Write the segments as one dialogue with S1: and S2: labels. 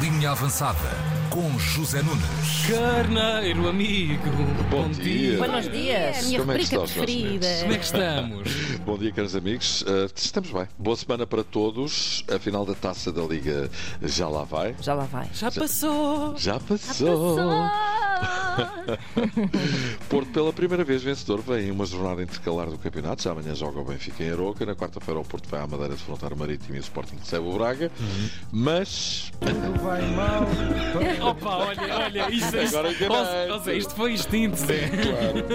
S1: Linha Avançada com José Nunes.
S2: Carneiro, amigo!
S3: Bom dia.
S4: Buenos dias, a minha
S3: Como é que
S4: rubrica
S3: estás, meus
S4: preferida.
S3: amigos?
S2: Como é que estamos?
S3: Bom dia, caros amigos. Eh, estamos bem. Boa semana para todos. A final da taça da Liga já lá vai.
S4: Já lá vai.
S2: Já passou!
S3: Já passou. Porto, pela primeira vez vencedor, vem em uma jornada intercalar do campeonato. Já amanhã joga o Benfica em Aroca. Na quarta-feira, o Porto vai à Madeira defrontar o Marítimo e o Sporting recebe o Braga. Mas
S2: Opa, olha, olha, isto, é isto,
S3: Agora enganei.
S2: ou, ou seja, isto foi instinto, Zé.
S3: é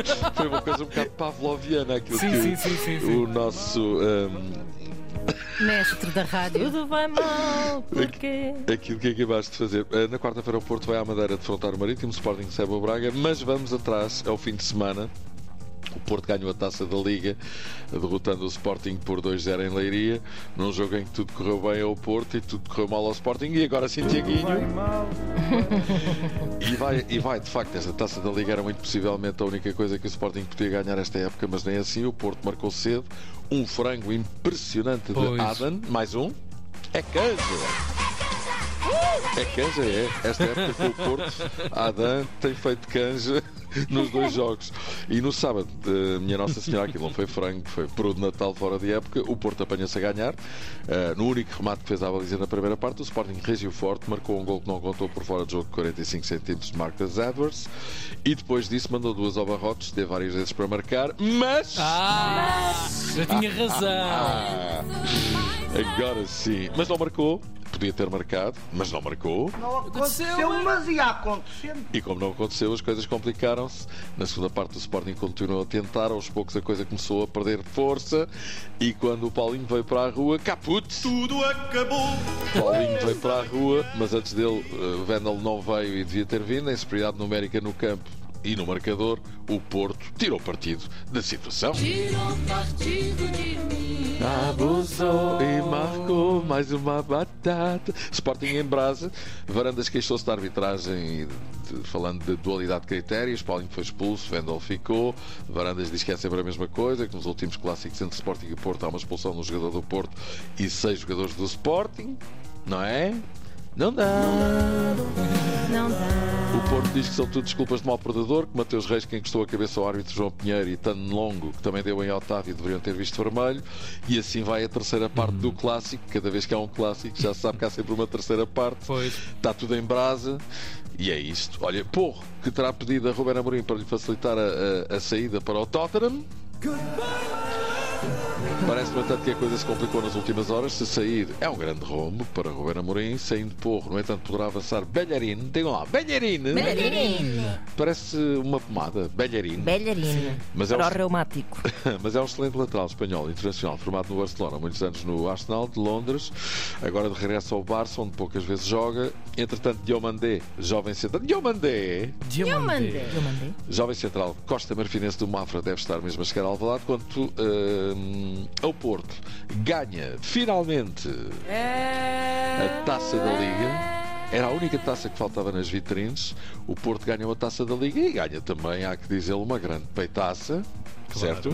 S3: Claro. Foi uma coisa um bocado pavloviana aquilo
S2: Sim,
S3: que
S2: sim, sim, sim, sim.
S3: o nosso ehm, ahm,
S4: Mestre da rádio. Tudo vai mal, porquê?
S3: Aquilo que acabaste de fazer. Eh, Na quarta-feira o Porto vai à Madeira defrontar o Marítimo, o Sporting recebe o Braga, mas vamos atrás ao fim de semana. O Porto ganhou a taça da Liga, derrotando o Sporting por 2-0 em Leiria, num jogo em que tudo correu bem ao Porto e tudo correu mal ao Sporting. E agora sim, Tiaguinho. E vai, e vai, de facto, esta taça da Liga era muito possivelmente a única coisa que o Sporting podia ganhar esta época, mas nem assim. O Porto marcou cedo. Um frango impressionante
S2: Pois.
S3: de Adam, mais um. É canja! É canja, é. Esta época com o Porto, a Adam tem feito canja nos dois jogos. E no sábado, de minha Nossa Senhora, aquilo não foi frango, foi peru de Natal fora de época. O Porto apanha-se a ganhar. Ah, no único remate que fez à baliza na primeira parte, o Sporting regiu forte, marcou um gol que não contou por fora de jogo de 45 centímetros de Marcus Edwards. E depois disso mandou duas ao barrotes, teve várias vezes para marcar, mas...
S2: Ah! Já tinha razão!
S3: Ah, agora sim. Mas não marcou. Podia ter marcado, mas não marcou.
S5: Não aconteceu, mas ia acontecendo.
S3: E como não aconteceu, as coisas complicaram-se. Na segunda parte, o Sporting continuou a tentar. Aos poucos, a coisa começou a perder força. E quando o Paulinho veio para a rua, caput!
S6: Tudo acabou.
S3: Paulinho veio para a rua, mas antes dele, eh, Vendel não veio e devia ter vindo. Em superioridade numérica no campo e no marcador, o Porto tirou partido da situação. Abusou e marcou mais uma batata. Sporting em brasa. Varandas queixou-se da arbitragem, e de- falando de dualidade de critérios. Paulinho foi expulso, Vendel ficou. Varandas diz que é sempre a mesma coisa, que nos últimos clássicos entre Sporting e Porto há uma expulsão de um jogador do Porto e seis jogadores do Sporting. Não é? Não dá.
S4: Não dá.
S3: O Porto diz que são tudo desculpas de mau perdedor, que Mateus Reis, que encostou a cabeça ao árbitro João Pinheiro e Tano Longo, que também deu em Otávio, deveriam ter visto vermelho. E assim vai a terceira parte do clássico. Cada vez que há um clássico, já se sabe que há sempre uma terceira parte.
S2: Pois.
S3: Está tudo em brasa. E é isto. Olha, Porro, que terá pedido a Ruben Amorim para lhe facilitar a, a- a saída para o Tottenham. Parece, no entanto, que a coisa se complicou nas últimas horas. Se sair, é um grande rombo para Ruben Amorim. Saindo Porro, no entanto, poderá avançar Belharine. Digam lá, Belharine. Parece uma pomada, Belharine.
S4: Belharina.
S3: Mas é
S4: Para o
S3: um-
S4: reumático.
S3: Mas é um excelente lateral espanhol internacional, formado no Barcelona, há muitos anos no Arsenal de Londres, agora de regresso ao Barça, onde poucas vezes joga. Entretanto, Diomandé, jovem central. Diomandé!
S4: Eu mandei. Eu mandei.
S3: Jovem central Costa Marfinense do Mafra deve estar mesmo a chegar ao Alvalade, quanto hum, ao Porto ganha finalmente
S4: É.
S3: a taça da Liga. Era a única taça que faltava nas vitrines. O Porto ganhou a taça da Liga e ganha também, há que dizê-lo, uma grande peitaça. Certo?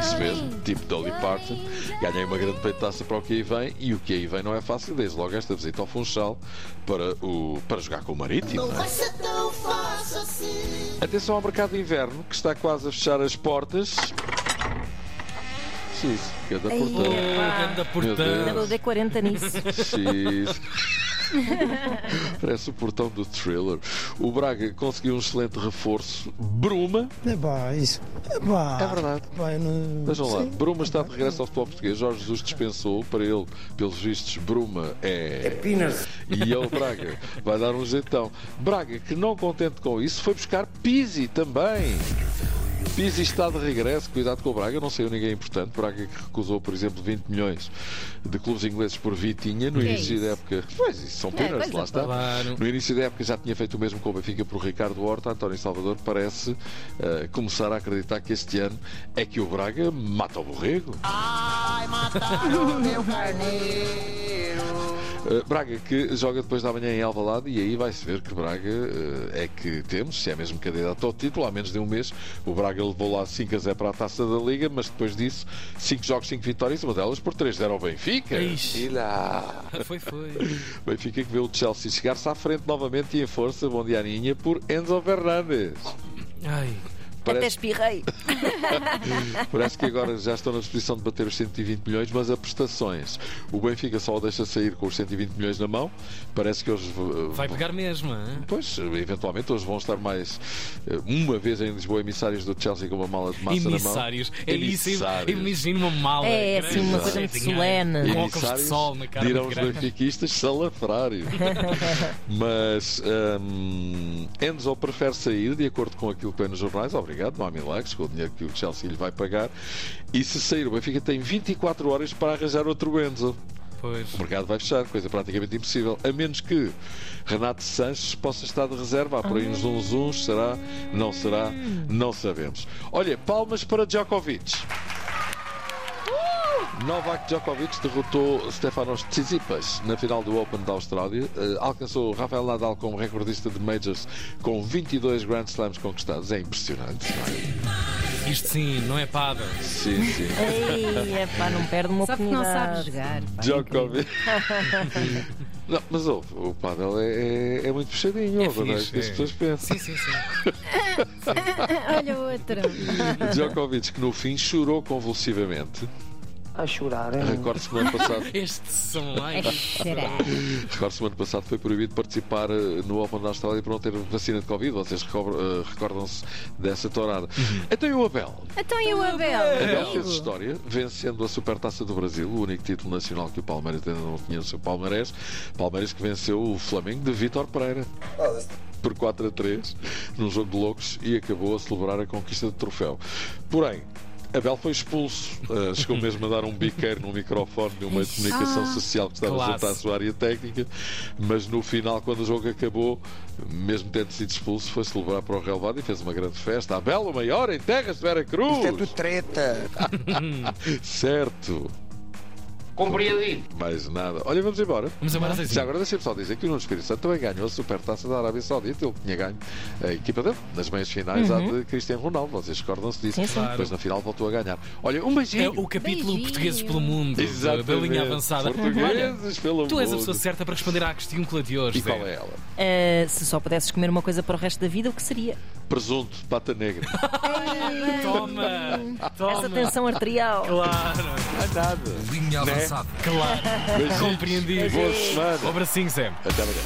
S3: Isso mesmo, tipo Dolly Parton. Ganhei uma grande peitaça para o que aí vem e o que aí vem não é fácil, desde logo esta visita ao Funchal para, o, para jogar com o Marítimo. não é?
S7: Faça tão fácil assim.
S3: Atenção ao mercado de inverno que está quase a fechar as portas. Xiz, cada
S4: Ai,
S2: Oh,
S3: portão.
S2: grande
S3: Meu
S2: portão!
S4: Eu dei 40 nisso.
S3: Xiz. Parece o portão É do thriller. O Braga conseguiu um excelente reforço. Bruma,
S8: É pá, isso. É pá.
S3: É verdade.
S8: Pá, eu não...
S3: vejam lá,
S8: Sim.
S3: Bruma está de regresso ao futebol português. Jorge Jesus dispensou para ele, pelos vistos, Bruma é.
S5: Pinas.
S3: E é o Braga. Vai dar um jeitão. Braga, que não contente com isso, foi buscar Pizzi também. Pizzi está de regresso, cuidado com o Braga, não saiu ninguém importante. Braga que recusou, por exemplo, 20 milhões de clubes ingleses por Vitinha no
S4: Que é
S3: início da
S4: isso? É,
S3: época. Pois isso, são penas,
S4: coisa
S3: lá está.
S2: Claro.
S3: No início da época já tinha feito o mesmo com o Benfica por Ricardo Horta. António Salvador parece eh, começar a acreditar que este ano é que o Braga mata o borrego.
S6: Ai, mataram meu carneiro.
S3: Uh, Braga que joga depois da manhã em Alvalade e aí vai-se ver que Braga uh, é que temos, se é mesmo candidato ao título, há menos de um mês. O Braga levou lá 5 a 0 para a taça da Liga, mas depois disso, 5 jogos, 5 vitórias, uma delas por 3-0 ao Benfica.
S2: Ixi.
S3: Ilha.
S2: Ah, Foi, foi.
S3: Benfica que vê o Chelsea chegar-se à frente novamente e em força. Bom dia, Aninha, por Enzo Fernandes.
S2: Ai,
S4: Até
S3: Parece,
S4: espirrei.
S3: parece que agora já estão na disposição de bater os 120 milhões, mas a prestações. O Benfica só o deixa sair com os 120 milhões na mão. Parece que eles eh,
S2: vai pegar mesmo, hã?
S3: Pois, eventualmente hoje vão estar mais eh, uma vez em Lisboa, emissários do Chelsea com uma mala de massa
S2: Emissários.
S3: na mão.
S2: É isso,
S3: Emissários.
S2: imagina uma mala.
S4: É, é
S2: grande,
S4: assim, uma coisa muito
S2: cheia de
S4: solene.
S2: Com óculos de sol na cara.
S3: dirão
S2: muito
S3: os
S2: grande.
S3: benfiquistas, salafrário. Mas hum, Enzo prefere sair de acordo com aquilo que vem nos jornais. Obrigado, não há milagres, com o dinheiro que o Chelsea lhe vai pagar. E se sair, o Benfica tem 24 horas para arranjar outro Enzo.
S2: Pois.
S3: O mercado vai fechar, coisa praticamente impossível. A menos que Renato Sanches possa estar de reserva. Há por aí uns uns, uns será, não será, não sabemos. Olha, palmas para Djokovic. Novak Djokovic derrotou Stefanos Tsitsipas na final do Open da Austrália. Eh, alcançou Rafael Nadal como recordista de majors com 22 Grand Slams conquistados. É impressionante. não é?
S2: Isto sim, não é pádel.
S3: Sim, sim.
S4: Ei, pá, não perde uma
S6: Só porque não sabe
S4: oportunidade.
S6: jogar. pá.
S3: Djokovic. Não, mas ouve, o pádel é, é- é muito fechadinho,
S2: É
S3: ouve, não é
S2: fixe,
S3: isso que as
S2: é.
S3: pessoas pensam.
S2: Sim, sim, sim.
S6: Olha outra.
S3: Djokovic, que no fim chorou convulsivamente.
S5: A chorar, hein?
S3: Recordo semana passada,
S2: Este som
S4: É.
S2: ai,
S6: Será?
S3: recordo semana passada foi proibido participar eh, no Open da Austrália por não ter vacina de Covid. Vocês recobram- eh, recordam-se dessa tourada.
S2: Uhum.
S3: Então e o Abel?
S6: Então e o
S3: Abel
S6: Abel?
S3: fez história, vencendo a Supertaça do Brasil, o único título nacional que o Palmeiras ainda não tinha no seu Palmeiras. Palmeiras que venceu o Flamengo de Vítor Pereira. Por 4 a 3, num jogo de loucos, e acabou a celebrar a conquista do troféu. Porém, Abel foi expulso. Ah, chegou mesmo a dar um biqueiro no microfone de uma comunicação social que estava
S2: Classe.
S3: junto à sua área técnica, mas no final, quando o jogo acabou, mesmo tendo sido expulso, foi celebrar para o relevado e fez uma grande festa. Abel, o maior em terras de Vera Cruz!
S5: Isto é tudo treta.
S3: Certo,
S5: Compreendido.
S3: mais nada. Olha, vamos embora.
S2: Vamos embora assim.
S3: Já agora deixa-me só dizer que o Nuno Espírito Santo também ganhou a Supertaça da Arábia Saudita. Ele tinha ganho a equipa dele nas meias finais à
S2: Uhum.
S3: de Cristiano Ronaldo. Vocês recordam-se disso?
S4: Sim, sim.
S2: Claro.
S3: Depois na final voltou a ganhar. Olha, um
S2: É
S3: beijinho.
S2: o capítulo
S6: Beijinho.
S2: português pelo mundo, da- da
S3: Exatamente.
S2: linha avançada. Olha,
S3: Portugueses pelo
S2: tu és a
S3: mundo.
S2: pessoa certa para responder à questão de hoje.
S3: E
S2: Zé.
S3: qual é ela?
S4: Ah, se só pudesses comer uma coisa para o resto da vida, o que seria?
S3: Presunto, pata negra.
S2: Toma!
S4: Essa
S2: Toma!
S4: tensão arterial.
S2: Claro,
S3: nada.
S1: Linha avançada.
S2: claro,
S3: Beijinhos.
S2: compreendi.
S3: Boa semana.
S2: Um abracinho, Zé.
S3: Até amanhã.